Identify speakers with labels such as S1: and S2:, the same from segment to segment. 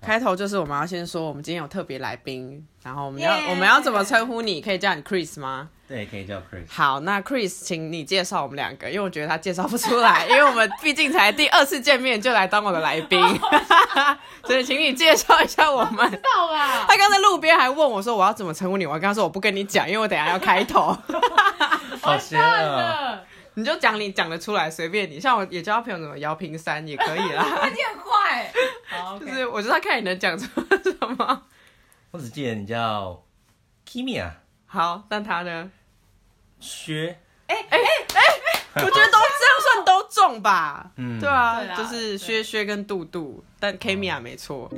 S1: 开头就是我们要先说，我们今天有特别来宾，然后我们要
S2: Yeah
S1: 我们要怎么称呼你？可以叫你 Chris 吗？
S3: 对，可以叫 Chris。
S1: 好，那 Chris，请你介绍我们两个，因为我觉得他介绍不出来，因为我们毕竟才第二次见面就来当我的来宾， 所以请你介绍一下我们。
S2: 到吧？
S1: 他刚在路边还问我说我要怎么称呼你，我跟他说我不跟你讲，因为我等一下要开头，
S3: 好邪恶
S2: 算
S3: 哦！
S2: 了，
S1: 你就讲你讲得出来，随便你。像我也教朋友怎么摇瓶山也可以啦，
S2: 你很快。好
S1: 就
S2: ，OK，
S1: 是我就在看你能讲出什么。
S3: 我只记得你叫 Kimi 啊，
S1: 好，但他呢？
S3: 薛，
S2: 哎
S1: 我觉得都这样算都中吧。
S3: 嗯哦
S1: 对啊
S2: 对，啦
S1: 就是薛薛跟杜杜，但 Kimi 没错。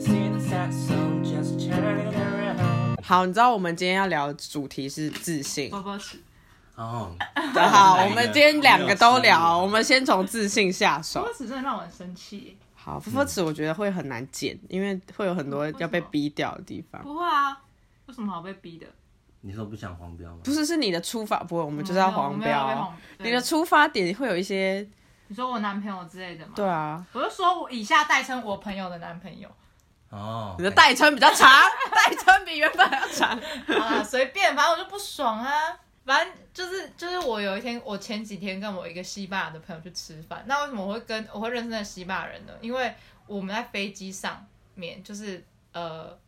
S1: 好，你知道我们今天要聊的主题是自信。
S2: 包包吃。
S3: 哦，
S1: 好，
S3: 哪一
S1: 我
S3: 个
S1: 们今天两个都聊，
S3: 我
S1: 我
S3: 没有吃
S1: 们先从自信下
S2: 包
S1: 手
S2: 包。吃真的让我很生气。
S1: 好，夫妇
S3: 嗯
S1: 齿我觉得会很难剪，因为会有很多要被逼掉的地方。
S2: 不会啊，为什么好被逼的？
S3: 你说不想黄标吗？
S1: 不是，是你的出发，不会，我们就是要黄
S2: 哦我没有我没有被
S1: 标
S2: 黄。
S1: 你
S2: 对
S1: 的出发点会有一些，
S2: 你说我男朋友之类的吗？
S1: 对，啊，
S2: 我就说我以下代称我朋友的男朋友。
S3: 哦，
S1: 你的代称比较长， 代称比原本还要 长。
S2: 啊，随便，反正我就不爽啊。反正就是就是我有一天，我前几天跟我一个西班牙的朋友去吃饭。那为什么我会跟我会认识那个西班牙人呢？因为我们在飞机上面，就是呃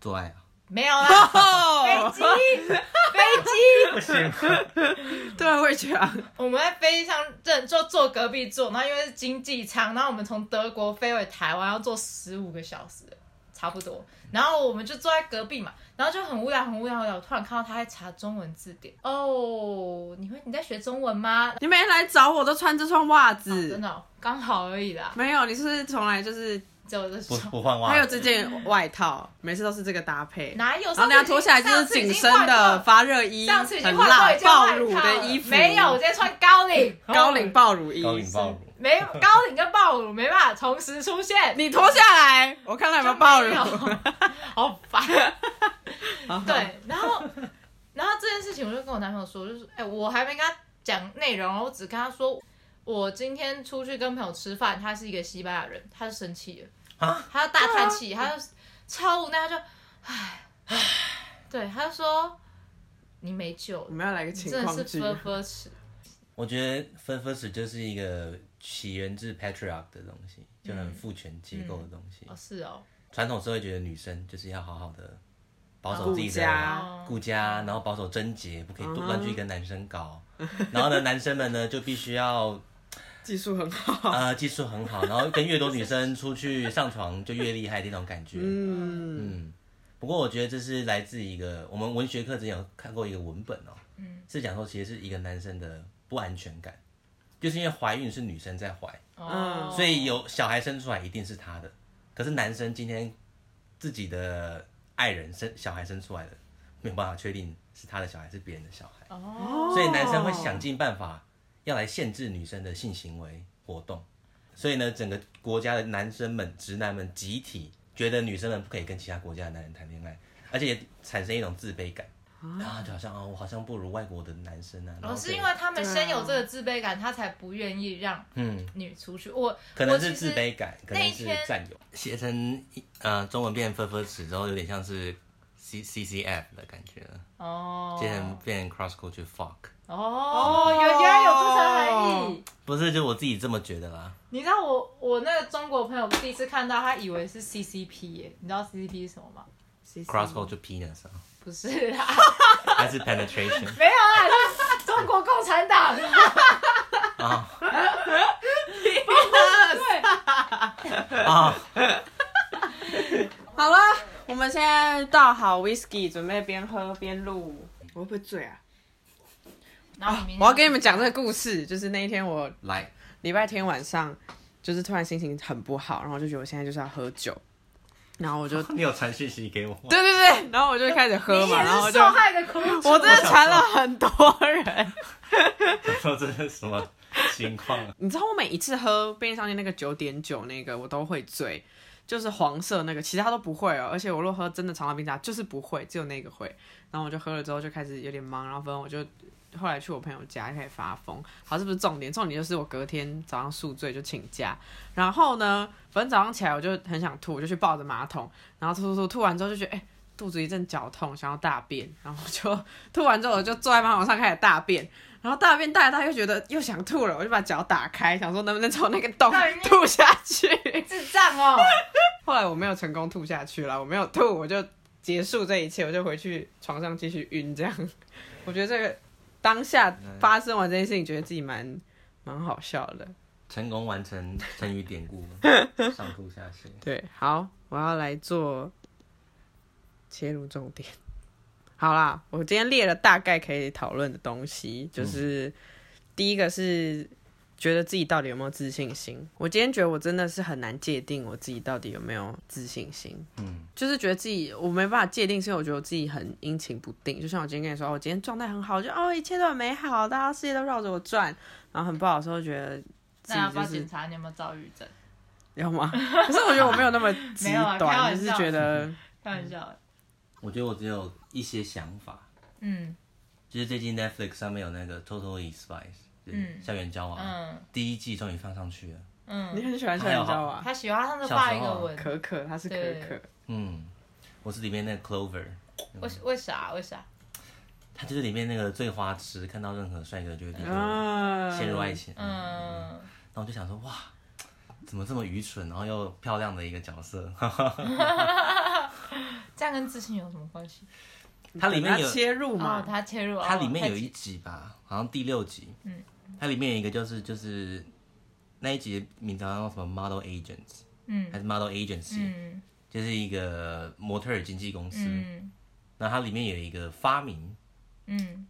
S3: 做爱啊？
S2: 没 有啦，
S1: 哦
S2: 飞机飞机，
S3: 不行，
S1: 对啊，我也觉得啊。
S2: 我们在飞机上认就坐隔壁座，然后因为是经济舱，然后我们从德国飞回台湾要坐十五个小时，差不多。然后我们就坐在隔壁嘛，然后就很无聊，很无聊。我突然看到他在查中文字典，哦，你会你在学中文吗？
S1: 你每天来找我都穿这双袜子，
S2: 真的哦、刚好而已啦，
S1: 没有，你是不是从来就是
S2: 只有这
S3: 不
S2: 双。
S3: 不换袜
S1: 还有
S3: 子，
S1: 这件外套，每次都是这个搭配，然
S2: 哪有？
S1: 后等下
S2: 上次已经
S1: 脱下来就是紧身的。发热衣，
S2: 上次已经
S1: 很
S2: 换过
S1: 辣
S2: 上次已经
S1: 爆
S2: 换过一
S1: 乳
S2: 件外套了
S1: 的衣服，
S2: 没有，我今天穿高领，
S1: 高领爆乳衣，
S3: 高领暴乳，
S2: 没有高领跟暴乳没办法同时出现。
S1: 你脱下来，我看到有没有爆乳
S2: 就，没有好烦。
S1: 好
S2: 对，然后然后这件事情我就跟我男朋友说，就是哎、我还没跟他讲内容，我只跟他说，我今天出去跟朋友吃饭，他是一个西班牙人，他就生气了，
S3: 啊
S2: 他就大叹气，他就超无奈，他就唉，对，他就说你没救
S1: 我
S2: 了，
S1: 们要来个
S2: 你
S1: 情
S2: 真的
S1: 况
S2: 是
S1: 剧，
S2: 分分尺。
S3: 我觉得分分时就是一个起源自 patriarch 的东西，就很父权结构的东西
S2: 哦，。是哦，
S3: 传统社会觉得女生就是要好好的保守
S1: 顾
S3: 自己的
S1: 家哦
S2: 哦
S3: 顾家，然后保守贞洁，不可以多乱去跟男生搞。然后呢，男生们呢就必须 要
S1: 技术很好，
S3: 呃技术很好，然后跟越多女生出去上床就越厉害那种感觉。
S1: 嗯，
S3: 嗯，不过我觉得这是来自一个我们文学课之前有看过一个文本哦，
S1: 嗯
S3: 是讲说其实是一个男生的不安全感，就是因为怀孕是女生在怀，
S2: 哦
S1: 嗯
S3: 所以有小孩生出来一定是他的，可是男生今天自己的爱人生小孩生出来的，没有办法确定是他的小孩是别人的小孩，
S2: 哦，
S3: 所以男生会想尽办法要来限制女生的性行为活动，所以呢，整个国家的男生们、直男们集体觉得女生们不可以跟其他国家的男人谈恋爱，而且也产生一种自卑感，啊，就好像啊、我好像不如外国的男生啊，然
S2: 哦
S3: 后
S2: 是
S3: 对
S2: 因为他们
S1: 对啊
S2: 先有这个自卑感，他才不愿意让
S3: 嗯，
S2: 女出去。我
S3: 可能
S2: 我
S3: 是
S2: 其实
S3: 自卑感，可能
S2: 那一
S3: 是
S2: 天
S3: 占有，写成呃中文变分分词之后，有点像是 C C C F 的感觉了，
S2: 哦，
S3: 变成变成 cross culture fuck，
S2: 哦，原原来有这层含义。
S3: 不是就我自己这么觉得啦。
S2: 你知道我我那个中国朋友第一次看到，他以为是 CCP 耶、你知道 CCP 是什么吗？
S3: cross culture penis 啊，
S2: 不是啦，
S3: 还是 penetration
S2: 没有啦，是中国共产党。
S3: 啊
S2: 对，
S3: 啊！
S1: 好了，我们现在倒好 whisky，准备边喝边录。我会不会醉啊？
S2: 然后明天
S1: 我要跟你们讲这个故事，就是那一天我
S3: 来，
S1: 礼拜天晚上，就是突然心情很不好，然后我就觉得我现在就是要喝酒，然后我 就对
S3: 你有传讯息给我？
S1: 对对，然后我就开始喝
S2: 你
S1: 嘛，然后
S2: 也
S1: 我
S2: 是
S1: 就
S2: 受害的苦主。
S1: 我真的传了很多人。
S3: 说这是什么情况啊？
S1: 你知道我每一次喝便利商店那个九点九那个，我都会醉，就是黄色那个，其他都不会哦。而且我若喝真的长岛冰茶，就是不会，只有那个会。然后我就喝了之后就开始有点忙，然后反正我就后来去我朋友家开始发疯。好，这不是重点，重点就是我隔天早上宿醉就请假，然后呢，反正早上起来我就很想吐，我就去抱着马桶，然后吐吐吐，吐完之后就觉得哎、肚子一阵绞痛，想要大便，然后我就吐完之后我就坐在马桶上开始大便。然后大便大一大又觉得又想吐了，我就把脚打开，想说能不能从那个洞
S2: 那你
S1: 吐下去。
S2: 智障 哦！
S1: 后来我没有成功吐下去了，我没有 吐，我就结束这一切，我就回去床上继续晕这样。 我觉得这个当下发生完这件事情，觉得自己蛮蛮好笑的。
S3: 成功完成成语典故，上吐下泻。
S1: 对，好，我要来做切入重点。 好啦，我今天列了大概可以讨论的东西，就是、第一个是觉得自己到底有没有自信心。我今天觉得我真的是很难界定我自己到底有没有自信心。
S3: 嗯，
S1: 就是觉得自己我没办法界定，是因为我觉得我自己很阴晴不定。就像我今天跟你说，哦我今天状态很好，就哦一切都很美好，大家世界都绕着我转。然后很不好的时候，觉得自
S2: 那
S1: 己
S2: 要啊不要
S1: 就
S2: 检
S1: 是
S2: 查你有没有躁郁症？
S1: 有吗？可是我觉得我没有那么极
S2: 没有啊开
S1: 端，
S2: 玩
S1: 就是
S2: 笑
S1: 觉得
S2: 开玩笑的，
S3: 我觉得我只有一些想法，
S2: 嗯
S3: 就是最近 Netflix 上面有那个《Totally Spies》，就是
S2: 嗯
S3: 校园交往、
S2: 嗯
S3: 第一季终于放上去了。
S1: 你
S2: 嗯，
S1: 很喜欢校园
S3: 啊
S1: 交往，
S2: 他喜欢他上次
S3: 小时候
S2: 发一个文，
S1: 可可她是可
S2: 对
S1: 可，
S3: 嗯，我是里面那个 Clover，
S2: 为为啥为啥？
S3: 他就是里面那个最花痴，看到任何帅哥就会立刻
S1: 嗯，
S3: 陷入爱情。嗯，
S2: 啊嗯，
S3: 然后我就想说，哇，怎么这么愚蠢，然后又漂亮的一个角色？
S2: 嗯这样跟自信有什么关系？
S3: 它里面
S1: 等
S3: 有
S1: 她切入
S2: 哦，
S1: 嘛，
S2: 他切入，
S3: 它
S2: 哦
S3: 里面有
S2: 他
S3: 一集吧，好像第六集，
S2: 嗯
S3: 它里面有一个就是就是那一集的名字好像叫什么 Model Agents
S2: 嗯
S3: 还是 Model Agency，、
S2: 嗯
S3: 就是一个模特儿经纪公司。
S2: 嗯
S3: 那它里面有一个发明
S2: 嗯，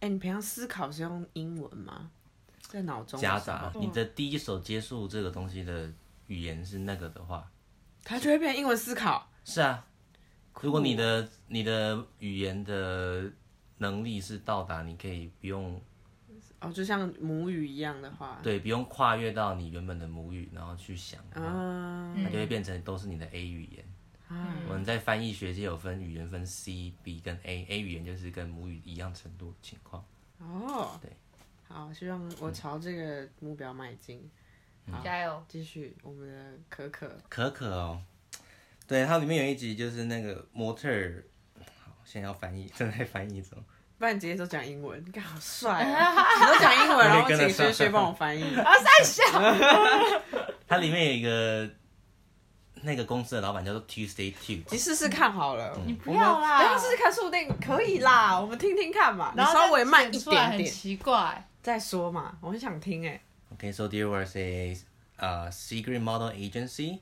S1: 哎，你平常思考是用英文吗？在脑中
S3: 夹
S1: 是什
S3: 杂
S1: 么，
S3: 你
S2: 哦
S3: 的第一手接触这个东西的语言是那个的话，
S1: 它就会变成英文思考。
S3: 是啊。如果
S1: 酷
S3: 你的你的语言的能力是到达，你可以不用
S1: 哦，就像母语一样的话，
S3: 对不用跨越到你原本的母语，然后去想，
S1: 啊
S2: 嗯
S3: 它就会变成都是你的 A 语言。
S1: 啊。
S3: 我们在翻译学界有分语言分 C、B 跟 A，A 语言就是跟母语一样程度的情况。
S1: 哦，
S3: 对，嗯
S1: 好，希望我朝这个目标迈进。
S2: 加油！
S1: 继续我们的可可，
S3: 可可哦，对，它里面有一集就是那个模特儿，好，现在要翻译，正在翻译中。
S1: 不然你直接都讲英文，你看好帅 啊！你都讲英文，然后
S3: 我也跟
S1: 请
S3: 得上
S1: 薛薛帮我翻 译。
S2: 啊，三小，
S3: 它里面有一个那个公司的老板叫做 Tuesday Two，
S1: 你试试看好了，
S3: 嗯
S2: 你
S1: 我
S2: 不
S1: 们
S2: 要啦
S1: 等一下试试看，说不定可以啦。我们听听看嘛，你
S2: 然后
S1: 稍微
S2: 再
S1: 慢
S2: 剪
S1: 一
S2: 出来
S1: 点
S2: 很
S1: 点
S2: 奇怪。
S1: 再说嘛，我很想听哎。
S3: Okay, so there was a uh, secret model agency,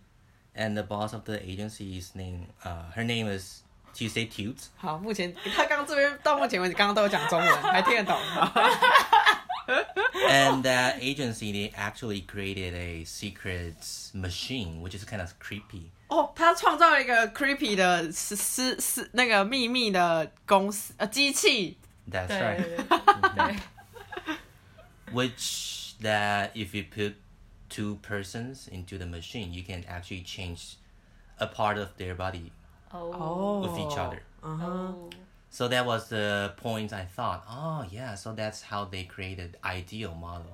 S3: and the boss of the agency is named uh, her name is Tuesday Tutes.
S1: 好，目前他刚这边到目前为止，刚刚都有讲中文，还听得懂吗？
S3: and that agency they actually created a secret machine, which is kind of creepy.
S1: 哦，他创造了一个 creepy 的私私私那个秘密的公司呃机器，
S3: That's
S2: 对
S3: right.
S2: 对
S1: 嗯
S2: 对，
S3: Which that if you put two persons into the machine, you can actually change a part of their body
S2: 哦
S1: Oh.
S3: with each other.
S1: 嗯哼
S2: 哦，
S3: So that was the point I thought. Oh yeah, so that's how they created ideal model.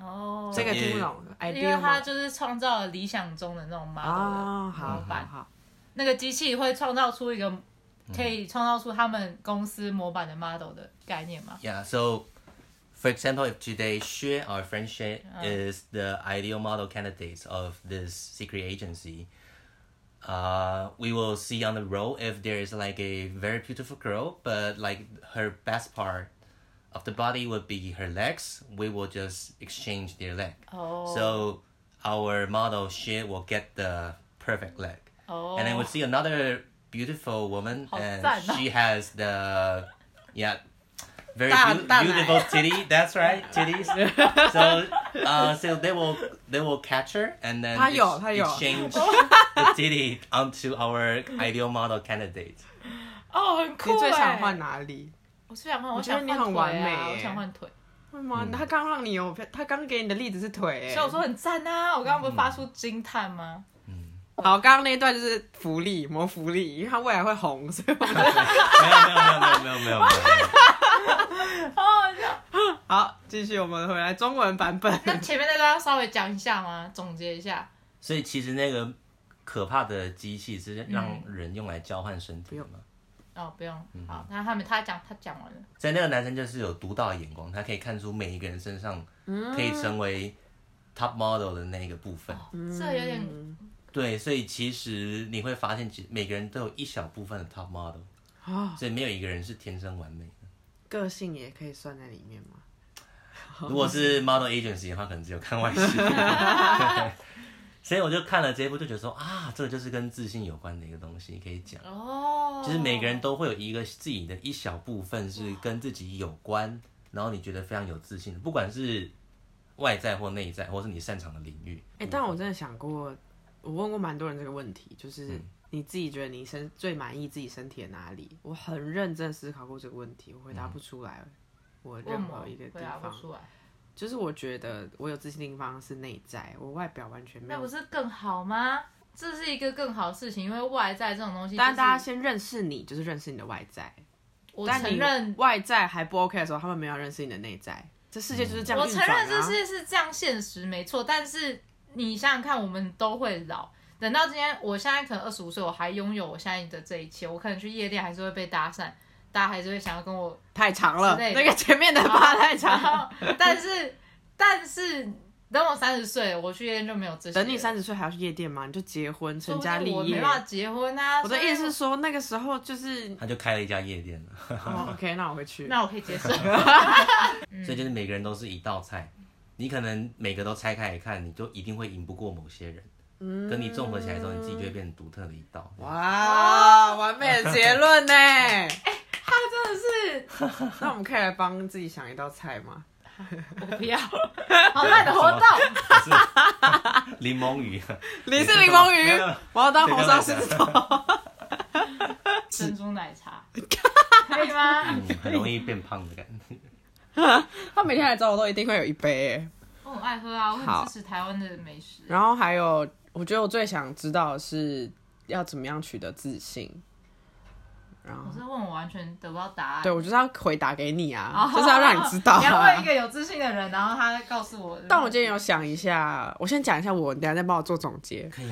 S2: 哦，
S1: 这个听不懂
S2: 因为
S1: ，idea
S2: 他
S1: 吗？
S2: 就是创造了理想中的那种 model，、
S1: 啊，好
S2: 模
S1: 好
S2: 板
S1: 好，
S2: 那个机器会创造出一个嗯可以创造出他们公司模板的 model 的概念嘛？
S3: Yeah. So, for example, if today Xue, our friend Xue, is the ideal model candidates of this secret agency, uh, we will see on the road if there is like a very beautiful girl, but like her best part of the body would be her legs. We will just exchange their leg.
S2: 哦
S3: So our model Xue will get the perfect leg,
S2: 哦
S3: and then we see another beautiful woman,
S2: Oh.
S3: and
S2: 好赞哦。
S3: she has the yeah. Very
S1: 大-
S3: beau-
S1: 大奶。
S2: eh?
S3: beautiful titty. That's right, titties.
S1: 嗯
S3: so, uh, so they will they will catch her and then
S1: 她有，
S3: ex-
S1: 她有。
S3: exchange the titty onto our ideal model candidate.
S2: 哦，很酷
S1: 你最想
S2: 哎！
S1: 换哪里？
S2: 我最想换，
S1: 我
S2: 我
S1: 觉得
S2: 想
S1: 你
S2: 换
S1: 很完
S2: 腿啊
S1: 美耶
S2: 我想换腿。
S1: 为什么？他刚让你有，他刚给你的例子是腿、欸。
S2: 所以我说很赞啊！我刚刚不是发出惊叹吗？
S1: 好，刚刚那一段就是福利，谋福利，因为他未 来会红，所以我们
S3: 没有没有没有没有没有没有没有，
S1: 嗯
S2: 好好笑！
S1: 好，继续我们回来中文版本。
S2: 那前面那段要稍微讲一下吗？总结一下，
S3: 所以其实那个可怕的机器是让人用来交换身体的嘛。
S2: 哦，不用，
S1: 嗯
S2: 好，那他们他讲他讲完了，
S3: 所以那个男生就是有独到的眼光，他可以看出每一个人身上可以成为 top model 的那一个部分。
S1: 嗯
S2: 这有点
S3: 对，所以其实你会发现，其每个人都有一小部分的 top model，、
S1: 啊，
S3: 所以没有一个人是天生完美的。
S1: 个性也可以算在里面吗？
S3: 如果是 model agency 的话，可能只有看外形。对所以我就看了这一部，就觉得说啊，这个就是跟自信有关的一个东西，可以讲。
S2: 哦，
S3: 就是每个人都会有一个自己的一小部分是跟自己有关，然后你觉得非常有自信的，不管是外在或内在，或是你擅长的领域。嗯
S1: 哎、但我真的想过，我问过蛮多人这个问题，就是你自己觉得你身最满意自己身体的哪里？我很认真思考过这个问题，我回答不出来。我
S2: 为什
S1: 任
S2: 么
S1: 何一个地
S2: 回答不
S1: 方，
S2: 出来？
S1: 就是我觉得我有自信的地方是内在，我外表完全没
S2: 那不
S1: 有。
S2: 是更好吗？这是一个更好的事情，因为外在这种东西、就是，
S1: 但大家先认识你，就是认识你的外在。
S2: 我
S1: 但
S2: 承
S1: 你
S2: 认，
S1: 外在还不 OK 的时候，他们没有认识你的内在。这世界就是这样、啊
S2: 嗯我承认这世界是这样现实，没错。但是你想想看，我们都会老。等到今天，我现在可能二十五岁，我还拥有我现在的这一切，我可能去夜店还是会被搭讪，大家还是会想要跟我
S1: 太长了，
S2: 之类的
S1: 那个前面 的吧太长了。
S2: 然后但是，但是等我三十岁，我去夜店就没有这些。
S1: 等你，三十岁还要去夜店吗？你就结婚
S2: 说
S1: 成
S2: 不
S1: 家立
S2: 定我没
S1: 业。
S2: 办法结婚啊。
S1: 我的
S2: 所以
S1: 意思是说，那个时候 就是、
S3: 他就开了一家夜店了，
S1: 哦、，OK，那我会去。
S2: 那我可以 接受。
S1: 嗯
S3: 所以就是每个人都是一道菜，你可能每个都拆开来看，你就一定会赢不过某些人。
S1: 嗯
S3: 跟你综合起来之后，你自己就会变成独特的一道。
S1: 哇，完美的结论 呢！
S2: 他真的是
S1: 那我们可以来帮自己想一道菜吗？
S2: 我不要，好烂的活动。
S3: 可是柠檬鱼，啊
S1: 你是柠檬
S3: 没有没有
S1: 鱼，我要当红烧狮子头。
S2: 珍珠奶茶，可以吗？
S3: 嗯很容易变胖的感觉。
S1: 他每天来找我都一定会有一杯欸。
S2: 我很爱喝啊，我
S1: 好
S2: 很支持台湾的美食。
S1: 然后还有，我觉得我最想知道的是要怎么样取得自信。然后
S2: 我，是问我完全得不到答案，
S1: 对我就是要回答给你啊
S2: 哦，
S1: 就是要让你知道、
S2: 你 要问
S1: 啊
S2: 一。个有自信的人，然后他告诉我。
S1: 但我今天有想一下，我先讲一下我，你等一下再帮我做总结。
S3: 可以，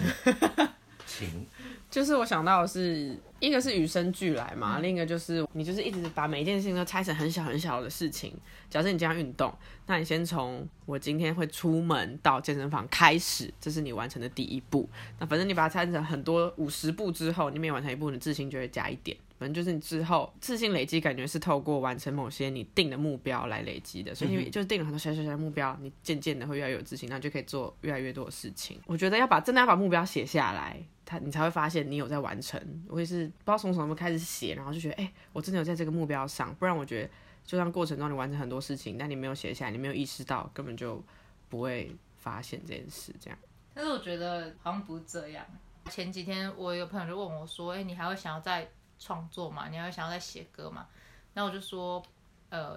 S3: 请
S1: 就是我想到的是一个是与生俱来嘛，
S2: 嗯
S1: 另一个就是你就是一直把每一件事情都拆成很小很小的事情。假设你今天要运动，那你先从我今天会出门到健身房开始，这是你完成的第一步。那反正你把它拆成很多五十步之后，你每完成一步，你自信就会加一点。反正就是你之后自信累积，感觉是透过完成某些你定的目标来累积的，所以你就定了很多小小小的目标，你渐渐的会越来越有自信，那你就可以做越来越多的事情。我觉得要把真的要把目标写下来，他你才会发现你有在完成。我也是不知道从什么时候开始写，然后就觉得哎、我真的有在这个目标上，不然我觉得就像过程中你完成很多事情，但你没有写下来，你没有意识到，根本就不会发现这件事。这样
S2: 但是我觉得好像不是这样。前几天我有朋友就问我说：“哎、你还会想要再创作吗？你还会想要再写歌吗？”然后我就说：“呃，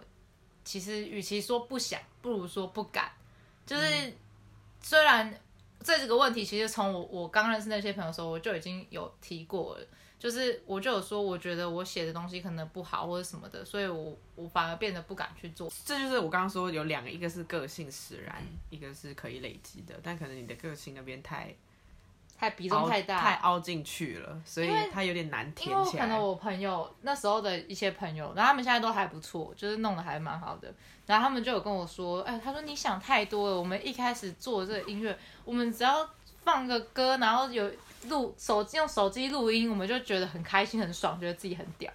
S2: 其实与其说不想，不如说不敢。就是、虽然这个问题，其实从我我刚认识那些朋友的时候，我就已经有提过了。就是我就有说，我觉得我写的东西可能不好或者什么的，所以我我反而变得不敢去做。
S1: 这就是我刚刚说有两个，一个是个性使然，一个是可以累积的，但可能你的个性那边太
S2: 太比
S1: 凹
S2: 重太大，
S1: 太凹进去了，所以它有点难
S2: 因为
S1: 填
S2: 我
S1: 起
S2: 可能
S1: 来。
S2: 我朋友那时候的一些朋友，然后他们现在都还不错，就是弄得还蛮好的。然后他们就有跟我说，哎，他说你想太多了。我们一开始做这个音乐，我们只要放个歌，然后有录手机用手机录音，我们就觉得很开心很爽，觉得自己很屌。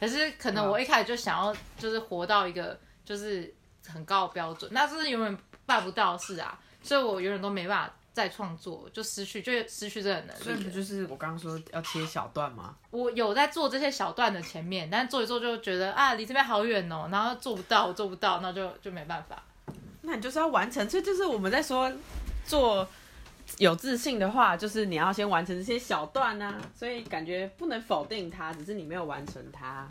S2: 可是可能我一开始就想要就是活到一个就是很高的标准，那这是永远办不到的事啊，所以我永远都没办法再创作，就失去就失去这个能力。
S1: 所以不就是我刚刚说要切小段吗？
S2: 我有在做这些小段的前面，但做一做就觉得啊，离这边好远哦，然后做不到，我做不到，那就就没办法。
S1: 那你就是要完成，所以就是我们在说做有自信的话，就是你要先完成这些小段啊，所以感觉不能否定它，只是你没有完成它。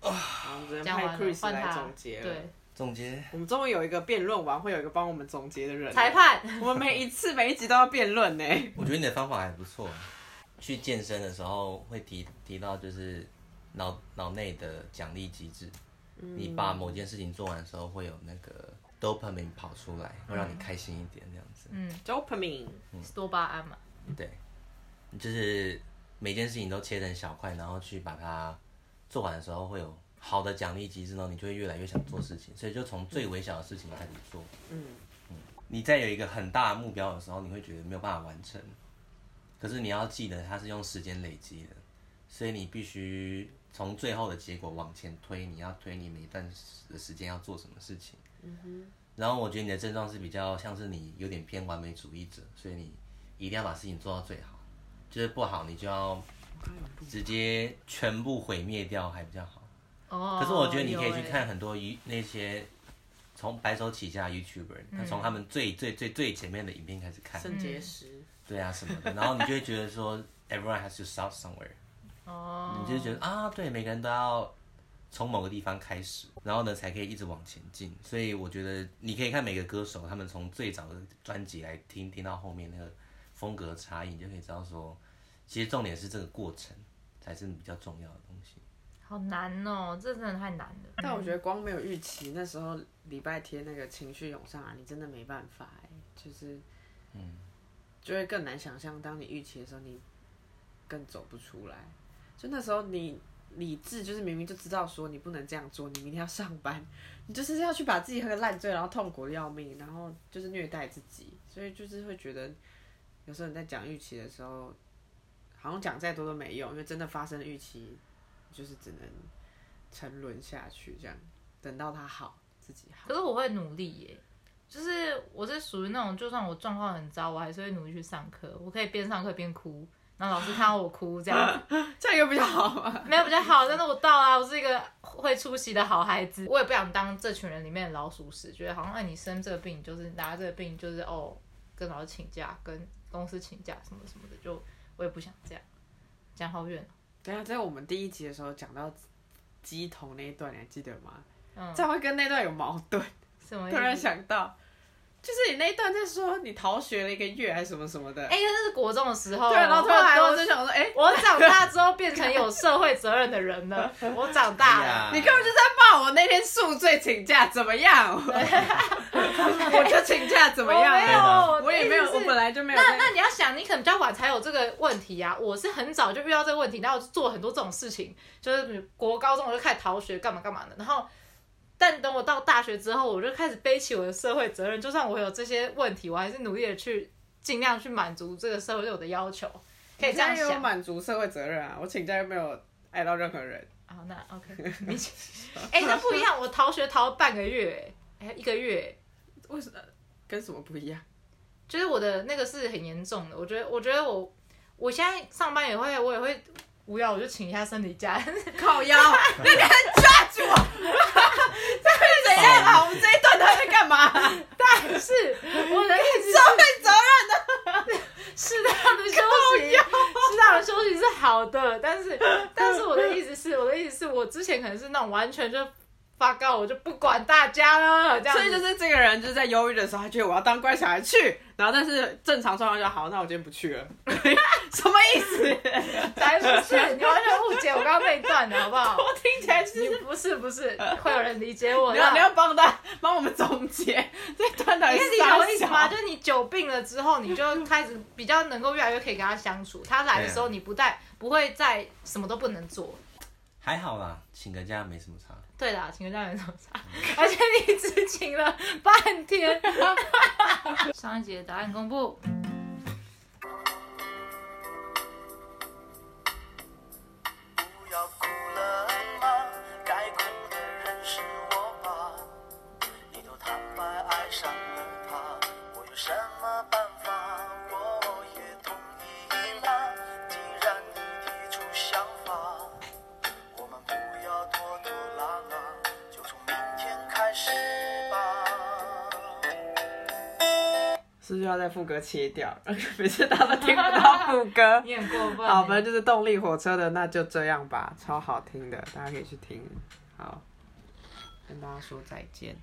S1: 啊好，我们只能
S2: 讲
S1: 派
S2: 完了，
S1: Chris
S2: 换
S1: 来
S2: 他
S1: 总，结了。
S2: 对，
S3: 总结。
S1: 我们终于有一个辩论完，会有一个帮我们总结的人。
S2: 裁，判，
S1: 我们每一次每一集都要辩论呢。
S3: 我觉得你的方法还不错。去健身的时候会提提到就是脑脑内的奖励机制，你把某件事情做完的时候，会有那个 dopamine 跑出来，会让你开心一点，这样子。
S1: dopamine，
S2: 多巴胺嘛，
S3: 对，就是每件事情都切成小块，然后去把它做完的时候，会有好的奖励机制，然后你就会越来越想做事情，所以就从最微小的事情开始做。
S1: 嗯
S3: 你在有一个很大的目标的时候，你会觉得没有办法完成，可是你要记得它是用时间累积的，所以你必须从最后的结果往前推，你要推你每一段时的时间要做什么事情。然后我觉得你的症状是比较像是你有点偏完美主义者，所以你一定要把事情做到最好，就是不好你就要直接全部毁灭掉还比较好。
S2: 哦
S3: 可是我觉得你可以
S2: 有
S3: 去
S2: 欸
S3: 看很多 y 那些从白手起家的 YouTuber，他从他们最最最最前面的影片开始看，
S1: 肾结石，
S3: 对啊什么的，然后你就会觉得说 everyone has to start somewhere，
S2: 哦，
S3: 你就会觉得啊，对，每个人都要从某个地方开始，然后呢才可以一直往前进。所以我觉得你可以看每个歌手，他们从最早的专辑来听，听到后面那个风格差异，你就可以知道说，其实重点是这个过程才是比较重要的东西。
S2: 好难哦，这真的太难了。
S1: 但我觉得光没有预期，那时候礼拜天那个情绪涌上来，你真的没办法哎、就是，嗯，就会更难想象，当你预期的时候，你更走不出来。就那时候你理智就是明明就知道说你不能这样做，你明天要上班，你就是要去把自己喝个烂醉，然后痛苦的要命，然后就是虐待自己，所以就是会觉得，有时候你在讲预期的时候，好像讲再多都没用，因为真的发生了预期，就是只能。沉沦下去，这样等到他好自己 好。
S2: 可是我会努力耶，就是我是属于那种，就算我状况很糟，我还是会努力去上课。我可以边上课边哭，然后老师看到我哭这样子，
S1: 这样有比较好吗？
S2: 没有比较好。但是我到啊啦，我是一个会出席的好孩子。我也不想当这群人里面的老鼠屎，觉得好像哎你生这个病就是拿这个病就是哦跟老师请假，跟公司请假什么什么的，就我也不想这样。讲好远哦，
S1: 等一啊下，在我们第一集的时候讲到鸡头那一段，你还记得吗？
S2: 嗯
S1: 这，样会跟那段有矛盾。
S2: 什么意
S1: 突然
S2: 思？
S1: 想到，就是你那一段在说你逃学了一个月还是什么什么的。
S2: 哎、那是国中的时候，
S1: 对，然后突然
S2: 我
S1: 我就想说，哎、
S2: 我长大之后变成有社会责任的人了。我长大
S3: 哎呀
S2: 了，
S1: 你根本就是在骂我那天宿醉请假怎么 样？我就请假怎么
S2: 我没
S1: 样？啊
S3: 啊
S2: 有，
S1: 我也没有，
S2: 的意
S1: 我
S2: 思是
S1: 本来就没有
S2: 那
S1: 在。
S2: 那你要想，你可能比较晚才有这个问题啊。我是很早就遇到这个问题，然后我就做很多这种事情，就是国高中我就开始逃学，干嘛干嘛的。然后，但等我到大学之后，我就开始背起我的社会责任。就算我有这些问题，我还是努力的去尽量去满足这个社会对我的要求。可以这样
S1: 你现在哎也有
S2: 想。
S1: 满足社会责任啊！我请假又没有爱到任何人。
S2: 好，那 OK，你哎、那不一样。我逃学逃了半个月、哎、一个月、
S1: 为什么跟什么不一样？
S2: 就是我的那个是很严重的，我觉得，我觉得我我现在上班也会，我也会无聊，我就请一下生 理假，
S1: 靠腰，你敢抓住我？这会怎样啊？我们这一段他在干嘛？
S2: 但是我的意思
S1: 社会责任的，
S2: 适当的休息，适当的休息是好的，但是但是我的意思是，我的意思是我之前可能是那种完全就发告，我就不管大家了，这样子，
S1: 所以就是这个人就是在忧郁的时候，他觉得我要当乖小孩去，然后但是正常状况就好，那我今天不去了， 什么意思？
S2: 才不是，你完全误解我刚刚那一段的好不好？
S1: 我听起来就是
S2: 你不是不是，会有人理解我
S1: 你
S2: 的。
S1: 要你要帮他帮我们总结这段到底
S2: 因为
S1: 是
S2: 你懂我意思吗？
S1: 啥小
S2: 就是你久病了之后，你就开始比较能够越来越可以跟他相处。他来的时候，你不带不会再什么都不能做。
S3: 还好啦，请个假没什么差。
S2: 对啦，请个假人怎么差？ 而且你只请了半天。上一节答案公布。
S4: 不要哭了吗？该哭的人是我吧？你都坦白爱上了他，我有什么办法？我也同意啦。既然你提出想法，我们不要拖拖拉拉，就从明天开始吧。
S1: 是不是要在副歌切掉？ 每次他们听不到副歌。
S2: 你很过分。欸
S1: 好，反正就是动力火车的，那就这样吧，超好听的，大家可以去听。好，跟大家说再见。